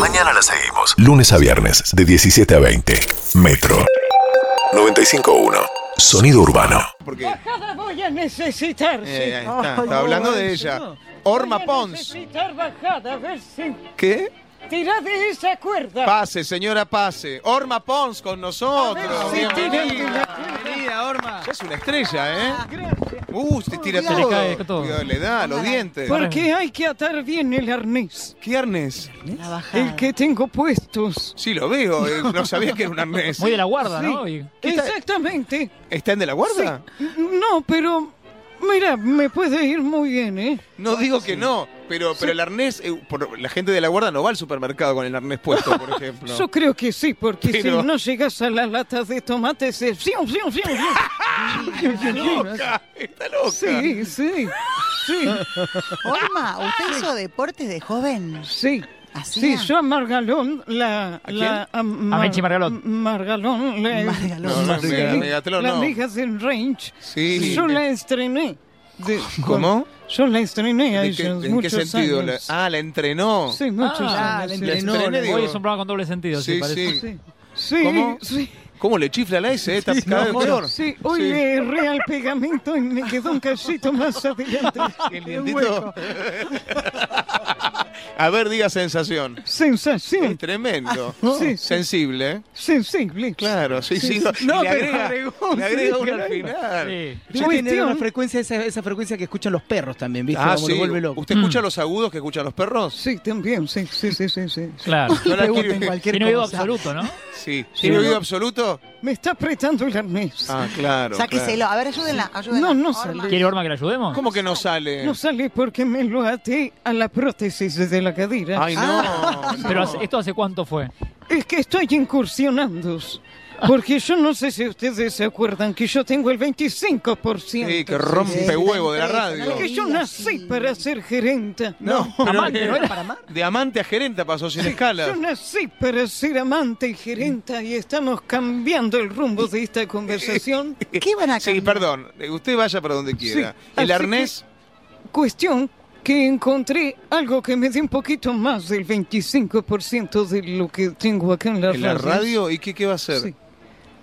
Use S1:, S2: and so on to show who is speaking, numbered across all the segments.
S1: Mañana la seguimos. Lunes a viernes, de 17 a 20. Metro. 95.1. Sonido urbano.
S2: Porque
S3: Bajada voy a necesitar. sí.
S2: eh, ahí
S3: Ay,
S2: está,
S3: no,
S2: está hablando de
S3: eso
S2: ella.
S3: no.
S2: Orma
S3: Voy a
S2: Pons.
S3: necesitar bajada, a ver si
S2: ¿Qué?
S3: tirá de esa cuerda.
S2: Pase, señora, pase. Orma Pons con
S3: a
S2: nosotros.
S3: ver si tirá de la
S2: Bienvenida.
S3: cuerda.
S2: Ya es una estrella, ¿eh?
S3: Gracias.
S2: Uh, se tira
S3: Se le
S2: todo.
S4: cae todo.
S2: Cuidado, le da los dientes.
S3: Porque hay que atar bien el arnés.
S2: ¿Qué arnés?
S5: La bajada.
S3: El que tengo puestos.
S2: Sí, lo veo. eh, No sabía que era un arnés.
S4: Muy de la guarda,
S3: Sí.
S4: ¿no? Y-
S2: ¿Qué está-
S3: Exactamente.
S2: ¿Está en de la guarda?
S3: No, pero mira, me puede ir muy bien, ¿eh?
S2: No digo que no, pero, pero el arnés, eh, por- la gente de la guarda no va al supermercado con el arnés puesto, por ejemplo.
S3: Yo creo que sí, porque
S2: Pero-
S3: si no llegas a las latas de eh, tomate, se... ¡Fium, fium, fium, fium!
S2: Está loca, Ah, está loca.
S3: Sí, sí, sí,
S5: Orma, ¿usted hizo deportes de joven?
S3: sí. Sí,
S5: ¿Hacía?
S3: yo a Margalón, la...
S2: quién?
S3: la-
S4: A Menchi Margalón.
S3: Margalón, la...
S5: Margalón.
S2: No, no,
S3: sí,
S2: mega- Megatlón,
S3: la
S2: no.
S3: Vegas en Range.
S2: Sí.
S3: Yo la estrené. De-
S2: ¿Cómo?
S3: Yo la estrené a
S2: ¿De qué,
S3: ellos
S2: en qué
S3: muchos
S2: sentido?
S3: años.
S2: La- ah, la entrenó.
S3: Sí, muchos
S4: Ah,
S3: años.
S2: la
S3: sí.
S2: estrené, digo.
S4: Hoy es un programa con doble sentido, sí,
S2: Sí,
S4: parece.
S2: sí.
S3: Sí, sí,
S2: ¿Cómo?
S3: sí.
S2: ¿Cómo le chifla la S? eh? Está cada vez
S3: No,
S2: peor.
S3: Sí, hoy
S2: Sí.
S3: le erré al pegamento y me quedó un cachito más adelante.
S2: El dientito. A ver, diga sensación. Es
S3: Sensación,
S2: tremendo.
S3: Ah, Sí, sí.
S2: Sensible, ¿eh?
S3: sensible.
S2: Claro, sí, sí.
S3: Sí, sí.
S2: No,
S3: No,
S2: le
S3: pero
S2: agrega,
S3: agregó,
S2: le agrega
S3: sí,
S2: una al
S3: claro.
S2: final.
S4: Sí.
S6: Yo tenía una
S3: Cuestión.
S6: frecuencia, esa, esa frecuencia que escuchan los perros también, ¿viste?
S2: Ah,
S6: Como
S2: sí.
S6: lo vuelve loco.
S2: ¿Usted escucha los agudos que escuchan los perros?
S3: Sí, también, sí, sí, sí, sí, sí.
S4: Claro.
S2: No la
S6: Pregunten
S2: quiero-
S6: cualquier
S4: Tiene oído
S6: cosa.
S4: absoluto, ¿no?
S2: Sí. ¿Tiene oído absoluto?
S3: Me está apretando el arnés.
S2: Ah, claro.
S5: Sáqueselo. A ver, ayúdenla. ayúdenla.
S3: No, no
S5: Orma.
S3: sale.
S4: ¿Quiere Orma que la ayudemos?
S2: claro. ¿Cómo que no sale?
S3: No sale porque me lo até a la prótesis de la cadera.
S2: Ay,
S3: Ah.
S2: no. no.
S4: Pero hace- ¿esto hace cuánto fue?
S3: Es que estoy incursionando.
S2: Ah.
S3: Porque yo no sé si ustedes se acuerdan que yo tengo el 25%.
S2: Sí, que
S5: Sí,
S2: rompe
S5: está
S2: huevo de la
S5: impreso,
S2: radio.
S5: no le
S3: Que yo
S5: Sí,
S3: nací
S5: así.
S3: para ser gerente.
S2: No,
S4: Amante, ¿no era?
S2: De amante a gerente pasó sin escalas.
S3: Yo nací para ser amante y gerenta y estamos cambiando el rumbo de esta conversación.
S5: ¿Qué van a
S2: Sí,
S5: cambiar?
S2: perdón. eh, Usted vaya para donde quiera.
S3: Sí, así
S2: El
S3: que-
S2: arnés.
S3: Cuestión que encontré algo que me dé un poquito más del 25% de lo que tengo acá en la
S2: ¿En la radio? ¿Y qué, qué va a hacer?
S3: Sí.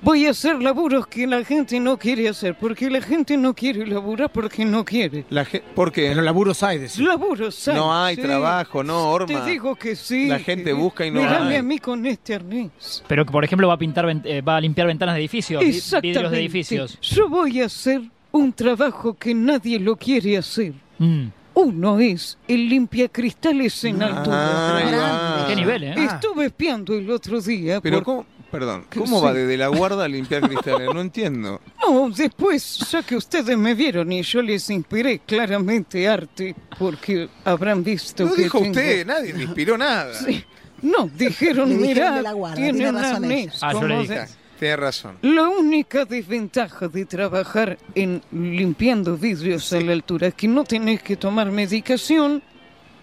S3: Voy a hacer laburos que la gente no quiere hacer, porque la gente no quiere laburar porque no quiere.
S2: La ge- ¿Por qué?
S6: En los laburos hay, decís.
S3: Laburos hay,
S2: No hay
S3: sí.
S2: trabajo, no, Orma.
S3: Te digo que sí.
S2: La gente busca y no
S3: Mírame
S2: hay.
S3: a mí con este arnés.
S4: Pero que, por ejemplo, va a pintar, ven- eh, va a limpiar ventanas de edificios, vi- vidrios de edificios.
S3: Yo voy a hacer un trabajo que nadie lo quiere hacer.
S4: Mm.
S3: Uno es el limpiacristales en altura.
S2: Ahí
S5: Grande.
S2: va.
S4: Qué nivel, ¿eh?
S3: Estuve espiando el otro día.
S2: Pero
S3: por-
S2: ¿cómo? Perdón,
S3: Que
S2: ¿cómo va
S3: sí.
S2: desde la guarda a limpiar cristales? No entiendo.
S3: No, después, ya que ustedes me vieron y yo les inspiré claramente arte, porque habrán visto
S2: No
S3: que
S2: dijo
S3: tengo-
S2: usted, nadie le inspiró nada.
S3: No,
S5: Le
S3: dijeron,
S5: dijeron
S3: mirá,
S5: de la guarda,
S3: tiene
S5: tiene
S3: un
S5: razón
S3: arnés",
S4: ella. Ah, yo
S3: como
S4: le
S3: de-
S4: dije.
S2: Tiene razón.
S3: La única desventaja de trabajar en limpiando vidrios a la altura es que no tenés que tomar medicación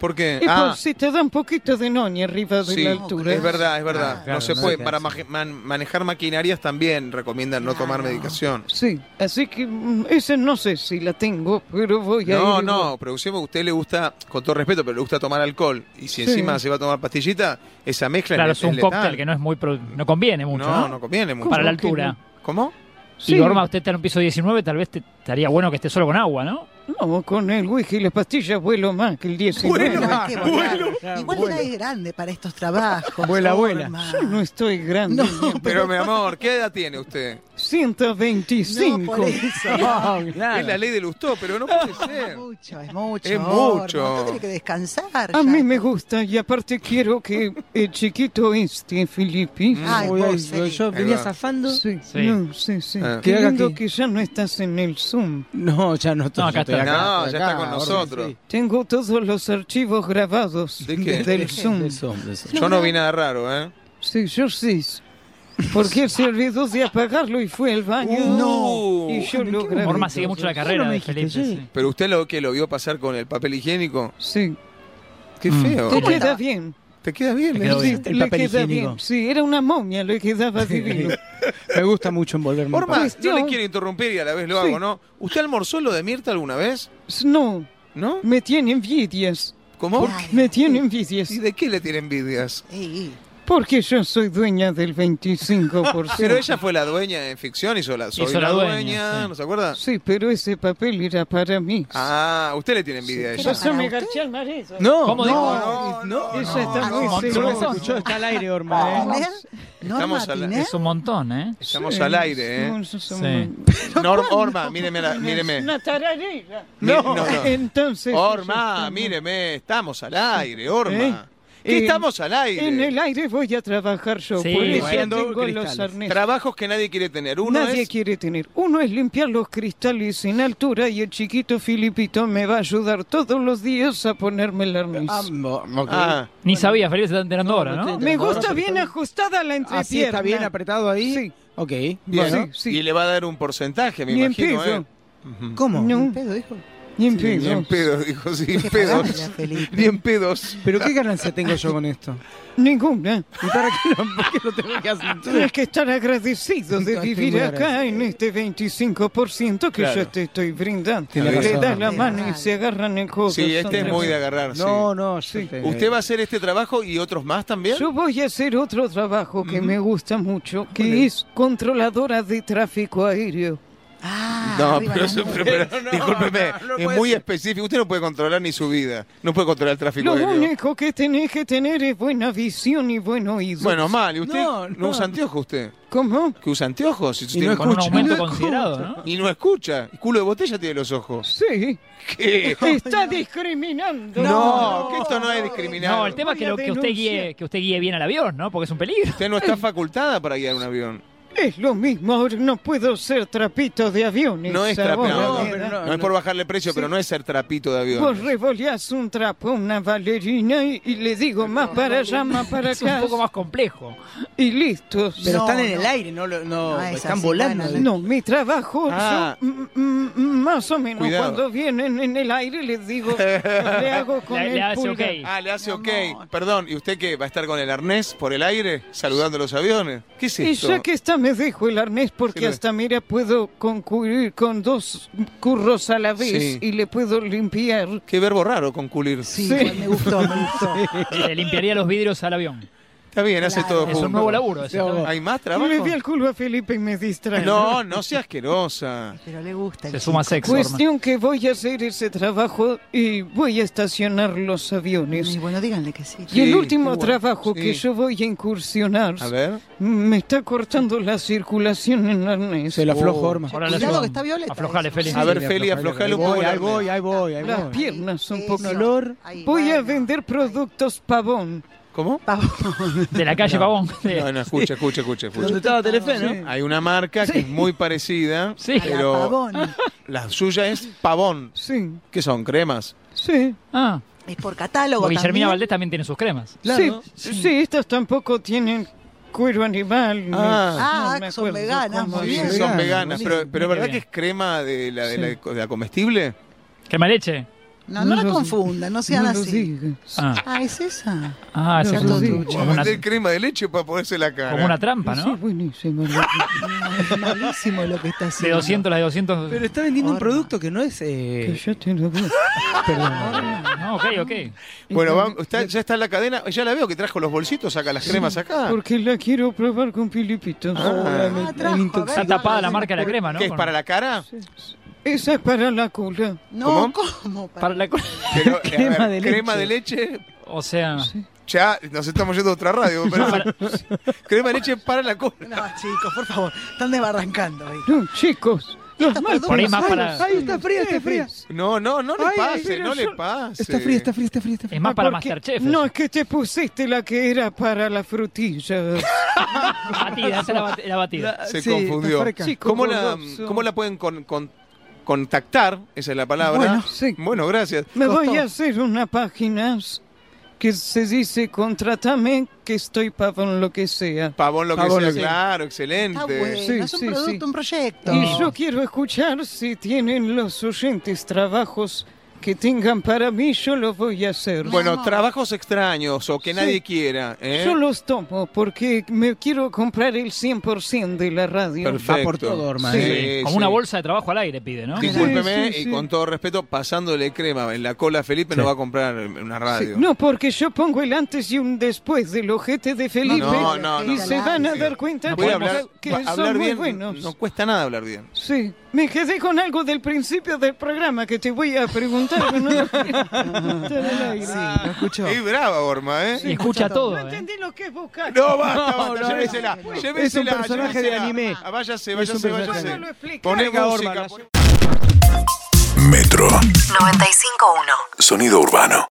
S2: ¿Por qué?
S3: y
S2: Ah,
S3: pues se te da un poquito de noña arriba de
S2: sí,
S3: la altura.
S2: es verdad, es verdad.
S6: Ah, claro,
S2: no se
S6: no
S2: puede.
S6: se
S2: Para
S6: hace.
S2: maje- man- manejar maquinarias también recomiendan no tomar
S5: Claro.
S2: medicación.
S3: Sí, así que mm, esa no sé si la tengo, pero voy a
S2: No,
S3: ir-
S2: no, pero a usted le gusta, con todo respeto, pero le gusta tomar alcohol. Y si
S3: Sí.
S2: encima se va a tomar pastillita, esa mezcla
S4: Claro,
S2: es,
S4: es un
S2: es letal.
S4: cóctel que no es muy pro- no conviene mucho,
S2: no,
S4: ¿no?
S2: no conviene mucho.
S4: Para la
S3: ¿Cómo que
S4: altura.
S2: ¿Cómo?
S3: Sí,
S4: Y Orma, usted está en un piso 19, tal vez te- estaría bueno que esté solo con agua, ¿no?
S3: no, con el whisky y las pastillas vuelo más que el 19.
S5: No, hay que volar.
S6: Vuelo.
S5: Igual
S6: Vuelo.
S5: ya es grande para estos trabajos.
S6: Vuela, vuela.
S5: Orma.
S3: Yo no estoy grande.
S5: No,
S3: ni-
S2: Pero mi amor, ¿qué edad tiene usted?
S3: 125.
S5: No, por eso.
S2: Es la ley del Lustó, pero no puede ser.
S5: Es mucho, es mucho.
S2: Es
S5: Orma.
S2: mucho.
S5: Usted tiene que descansar.
S3: A
S5: ya.
S3: mí me gusta y aparte quiero que el chiquito este, Filipe.
S5: Ay,
S6: Uy,
S5: vos,
S6: ay,
S5: sí.
S6: yo
S2: Ahí
S6: venía
S2: va.
S6: zafando.
S3: Sí,
S4: Sí.
S3: no, sí, sí.
S2: Ah.
S3: Qué
S6: Que haga
S3: lindo
S6: aquí.
S3: que ya no estás en el Zoom.
S6: No, ya no estoy.
S4: No, acá
S6: yo estoy
S4: está.
S2: No,
S6: estoy
S2: ya está con nosotros.
S6: sí.
S3: Tengo todos los archivos grabados
S2: ¿De qué?
S3: del Zoom.
S6: De Zoom, de Zoom.
S2: Yo no vi nada raro, ¿eh?
S3: Sí, yo sí. Porque él se olvidó de apagarlo y fue al baño.
S2: Uh,
S3: Y yo lo grabé.
S4: Orma sigue mucho la carrera
S6: me
S4: de
S6: dijiste,
S4: Felipe.
S6: sí.
S4: sí.
S2: Pero usted lo que lo vio pasar con el papel higiénico,
S3: Sí.
S2: qué
S4: Mm.
S2: feo. ¿eh?
S3: Te queda
S5: estaba?
S3: bien.
S2: ¿Te queda bien?
S4: Te
S2: eh?
S4: quedó
S3: Sí,
S4: bien.
S6: El
S3: le
S6: papel
S3: queda
S6: higiénico.
S3: bien. Sí, era una momia, le quedaba divino.
S6: Me gusta mucho envolverme. en
S2: Orma,
S6: papel.
S2: no
S3: Cuestión.
S2: le quiero interrumpir y a la vez lo
S3: Sí.
S2: hago, ¿no? ¿Usted almorzó lo de Mirta alguna vez?
S3: No,
S2: ¿No?
S3: me tiene envidias.
S2: ¿Cómo?
S5: Claro.
S3: Me tiene envidias.
S2: ¿Y de qué le tiene envidias?
S5: Ey, ey.
S3: Porque yo soy dueña del 25%.
S2: Pero ella fue la dueña en ficción, hizo la, soy
S4: Hizo
S2: la
S4: la
S2: dueña,
S4: dueña, sí.
S2: ¿no se acuerda?
S3: Sí, pero ese papel era para mí.
S2: Ah, usted le tiene envidia a
S5: Sí,
S2: ella.
S3: Yo
S5: ¿Para
S3: se me
S5: usted?
S3: garché al marido.
S6: No,
S4: ¿Cómo
S6: no,
S2: dijo?
S6: no,
S2: No,
S3: Ella está
S5: no,
S3: muy
S5: no,
S6: no,
S3: celosa.
S6: no, escuchó, está al aire, Orma. ¿eh?
S5: ¿Tiner? ¿Norma
S2: Estamos a la-
S5: Tiner?
S4: Es un montón, ¿eh?
S2: Estamos
S3: Sí,
S2: al aire, ¿eh?
S3: somos- somos-
S4: Sí.
S2: Norma, Orma, míreme, la-
S3: Es
S2: míreme.
S3: Una tararera.
S2: No. No, no.
S3: Entonces.
S2: Orma,
S3: yo-
S2: míreme, estamos al aire, Orma.
S3: ¿Eh?
S2: Que
S3: En-
S2: estamos al aire.
S3: En el aire voy a trabajar yo.
S4: Sí,
S3: por eso
S6: bueno.
S3: tengo los
S6: Cristales.
S3: arneses.
S2: Trabajos que nadie quiere tener. Uno
S3: Nadie
S2: es...
S3: quiere tener. Uno es limpiar los cristales en altura y el chiquito Filipito me va a ayudar todos los días a ponerme el arnés.
S6: Ah, mo- ok.
S2: Ah,
S4: Ni sabía, Felipe se está enterando ahora, ¿no?
S6: no te-
S3: me
S6: ahora
S3: gusta bien
S6: apretado.
S3: ajustada la entrepierna.
S6: Así Ah, está bien apretado ahí.
S3: Sí.
S6: Ok.
S2: bien.
S6: Bueno.
S3: sí, sí.
S2: Y le va a dar un porcentaje, me
S3: Ni en
S2: imagino,
S3: pedo.
S2: ¿eh?
S6: ¿Cómo?
S3: No.
S5: Un pedo, dijo.
S3: Ni en
S2: Ni en
S3: pedo.
S2: pedos, dijo, sí, en
S5: Qué
S2: pedos.
S5: pagable, Felipe.
S2: Ni en pedos.
S6: ¿Pero qué ganancia tengo yo con esto?
S3: Ninguna.
S6: ¿Y para qué no, por qué lo tengo que hacer?
S3: Tienes que estar agradecido de
S6: Estoy
S3: vivir
S6: muy
S3: acá en
S6: agradecido.
S3: este 25% que
S2: Claro.
S3: yo te estoy brindando.
S6: Tiene
S3: Te
S6: razón.
S3: das la
S5: Tiene
S3: mano y
S5: razón.
S3: se agarran el codo.
S2: Sí, este es
S3: Sandra.
S2: muy de agarrar, sí.
S6: No, no, sí.
S2: ¿Usted va a hacer este trabajo y otros más también?
S3: Yo voy a hacer otro trabajo que me gusta mucho, que es controladora de tráfico aéreo.
S5: Ah,
S2: No,
S5: arriba
S2: pero,
S5: las
S2: eso-
S5: nubes.
S2: pero- pero- discúlpeme,
S6: no, no
S2: es
S6: puede
S2: muy
S6: ser.
S2: específico. Usted no puede controlar ni su vida, no puede controlar el tráfico
S3: Lo
S2: aéreo.
S3: único que tenés que tener es buena visión y buen oído.
S2: Bueno, mal, ¿y usted no,
S6: No, no.
S2: usa anteojos usted?
S3: ¿Cómo?
S2: ¿Que usa anteojos? Si usted
S6: no
S4: Con un
S6: escucho.
S4: aumento
S6: No escucho.
S4: considerado, ¿no?
S2: Y no escucha, y culo de botella tiene los ojos.
S3: Sí.
S2: ¿Qué?
S3: Está discriminando.
S2: No, que esto no es discriminado.
S4: No, el tema es que,
S3: Voy a
S4: lo, que, usted guíe,
S3: denunciar.
S4: que usted guíe bien al avión, ¿no? Porque es un peligro.
S2: Usted no está facultada para guiar un avión.
S3: Es lo mismo, ahora no puedo ser trapito de aviones.
S2: No es trapito,
S3: ahora,
S2: no,
S3: ¿verdad?
S6: pero
S2: No, es por bajarle precio, pero no es ser trapito de avión.
S3: Vos revoleás un trapo a una bailarina y, y le digo más para allá, más para
S4: Es un
S3: acá.
S4: poco más complejo.
S3: Y listo.
S6: Pero
S5: No,
S6: están en
S5: no.
S6: el aire, no, lo- no,
S5: No, es
S6: están
S5: así,
S6: volando.
S5: bueno,
S3: No, mi trabajo,
S2: Ah.
S3: yo, mm, mm, mm, más o menos
S2: Cuidado.
S3: cuando vienen en el aire les digo, le hago con
S4: Le-
S3: el
S4: le hace
S3: pulgar.
S4: ok.
S2: Ah, le hace ok.
S5: Mi amor.
S2: Perdón, ¿y usted qué? ¿Va a estar con el arnés por el aire saludando los aviones? ¿Qué es
S3: Y
S2: esto?
S3: ya que está me dejo el arnés porque
S2: Sí, lo-
S3: hasta mira puedo concurrir con dos curros a la vez
S2: Sí.
S3: y le puedo limpiar.
S2: Qué verbo raro, conculir.
S5: Sí,
S3: Sí.
S5: me gustó, me gustó.
S4: Le limpiaría los vidrios al avión.
S2: Está bien, hace
S5: Claro.
S2: todo
S4: Es
S2: junto.
S4: un nuevo laburo.
S6: Sí,
S4: eso.
S6: vos.
S2: ¿Hay más trabajo?
S3: Le di el culo a Felipe y me distrae.
S2: No, no sea asquerosa.
S5: Pero le gusta. el
S4: Se suma
S5: chico.
S4: sexo. Orma.
S3: Cuestión que voy a hacer ese trabajo y voy a estacionar los aviones.
S5: Y bueno, díganle que sí.
S3: Y el
S2: Mm, Sí,
S3: último
S2: qué bueno.
S3: trabajo
S2: Sí.
S3: que yo voy a incursionar
S2: A ver.
S3: me está cortando la circulación en arnés.
S6: Se la aflojo,
S2: Oh.
S6: Orma.
S4: Ahora le
S5: Cuidado
S4: ayudamos.
S5: que está Violeta.
S4: Aflojale,
S5: Sí,
S4: Félix.
S2: A ver,
S6: Sí,
S2: Feli, aflojale un poco el
S6: Ahí
S2: arnés.
S6: voy, ahí voy, ahí
S3: Las
S6: voy.
S3: piernas un
S5: Eso.
S3: poco.
S6: Un olor.
S5: Ahí,
S3: Voy a
S5: bueno.
S3: vender productos pavón.
S2: ¿Cómo?
S4: De la calle Pavón. De-
S2: No, no, escucha, escucha, escucha.
S6: ¿Dónde
S2: escucha.
S6: estaba Telefe, no?
S2: Hay una marca que es muy parecida,
S4: Sí.
S5: A la
S2: pero
S5: pavón.
S2: la suya es Pavón.
S3: Sí,
S2: ¿Qué son? ¿Cremas?
S3: sí.
S4: Ah,
S5: Es por catálogo
S4: porque Guillermina
S5: también.
S4: Valdés también tiene sus cremas.
S6: Claro.
S3: Sí, sí, estas tampoco tienen cuero animal. ni-
S2: Ah.
S5: Ah,
S3: me
S5: son
S3: acuerdo
S5: veganas,
S3: cómo
S5: muy
S3: es.
S5: bien.
S2: Son
S6: Veganas,
S2: veganas, pero,
S6: buenísimo.
S2: pero ¿verdad
S4: Qué
S2: que
S4: bien.
S2: es crema de la, de la- de la comestible?
S4: Crema de leche.
S5: No, no
S3: No
S5: la
S3: lo-
S5: confundan, no sean
S3: No lo
S5: así.
S3: digas.
S4: Ah,
S5: Ah, es esa.
S4: ah
S3: No,
S4: se
S3: no,
S4: confunde.
S3: sí.
S2: O
S4: como, una,
S2: vender crema de leche para ponerse la cara.
S4: como una trampa,
S3: Sí,
S4: ¿no?
S3: buenísimo.
S5: Ah. Es malísimo lo que está
S4: De
S5: haciendo.
S4: 200 las de 200.
S6: Pero está vendiendo un
S5: Orma.
S6: producto que no es... eh,
S3: Que yo te lo doy.
S6: Perdón.
S4: No, ok, ok.
S2: Bueno, va- está- ya está en la cadena. Ya la veo que trajo los bolsitos, saca las cremas acá.
S3: Porque la quiero probar con Filipito.
S2: Ah.
S5: Ah, trajo,
S6: El
S5: a ver,
S4: Está tapada la marca de la
S5: por-
S4: crema, ¿no?
S2: ¿Qué es
S4: Con-
S2: para la cara?
S3: Esa es para la cola.
S5: No, ¿cómo?
S4: para la co-
S2: Pero, a ver,
S6: Crema de
S2: crema de
S6: leche.
S2: leche
S4: O sea,
S2: Ya nos estamos yendo a otra radio. me parece. Crema de leche para la cola.
S5: No, chicos, por favor, están desbarrancando ahí.
S3: No, chicos. Los mal
S4: por ahí más para-
S6: Ay, está fría, está fría.
S2: No, no, no le
S6: Ay,
S2: pase,
S6: pero
S2: no le
S6: yo-
S2: pase.
S6: Está fría, está fría, está fría. está fría.
S4: es más para
S3: Porque-
S4: Masterchef.
S3: Ah, No,
S4: eso.
S3: es que te pusiste la que era para la frutilla.
S4: Batida, esa es la bat- la batida.
S2: Se
S6: Sí,
S2: confundió.
S6: está fresca.
S3: Sí,
S2: ¿Cómo
S3: como
S2: la,
S3: Robson.
S2: ¿Cómo la pueden con- con- contactar? Esa es la palabra.
S3: Bueno, sí.
S2: Bueno, gracias.
S3: Me voy
S5: Costó.
S3: a hacer una página que se dice contrátame que estoy pavón lo que sea.
S2: Pavón lo que
S6: Pavón
S2: sea,
S6: lo que-
S2: claro,
S5: Está
S2: excelente.
S5: bueno,
S3: Sí,
S5: es un
S3: sí,
S5: producto,
S3: sí.
S5: un proyecto.
S3: Y yo quiero escuchar si tienen los oyentes trabajos que tengan para mí, yo los voy a hacer.
S5: Bueno, Mi
S2: Bueno,
S5: amor.
S2: trabajos extraños o que
S3: Sí.
S2: nadie quiera. ¿eh?
S3: Yo los tomo porque me quiero comprar el 100% de la radio.
S2: Perfecto.
S6: Va por todo, hermano.
S2: Sí,
S6: Sí,
S4: Como
S2: sí.
S4: una bolsa de trabajo al aire pide, ¿no?
S3: Sí.
S2: Discúlpeme,
S3: sí,
S2: y
S3: sí.
S2: con todo respeto, pasándole crema en la cola, Felipe no va a comprar una radio.
S3: No, porque yo pongo el antes y un después del ojete de Felipe
S2: No, no,
S3: y
S2: no,
S3: se
S5: no,
S3: van
S2: no,
S3: a
S2: sí.
S3: dar cuenta
S4: No
S2: Voy
S3: que,
S2: a hablar,
S3: que
S2: va-
S3: son
S2: hablar
S3: muy
S2: bien,
S3: buenos.
S2: no cuesta nada hablar bien.
S3: Sí, me quedé con algo del principio del programa que te voy a preguntar. pero no lo quiero preguntar al aire.
S6: lo escucho.
S2: Es brava, Gorma, ¿eh?
S4: Y escucha
S3: No
S4: todo, ¿eh?
S3: entendí lo que es buscar.
S2: No, basta, basta,
S6: no,
S2: llévesela,
S5: no.
S2: llévesela.
S6: Es un personaje de
S2: llévesela.
S6: anime.
S2: Ah, Váyase,
S6: Es un
S2: váyase,
S6: personaje.
S2: váyase.
S3: No lo explica.
S2: Poné
S6: Venga,
S2: música.
S6: Gorma, la
S2: poné-
S1: Metro.
S7: 951.
S1: Sonido urbano.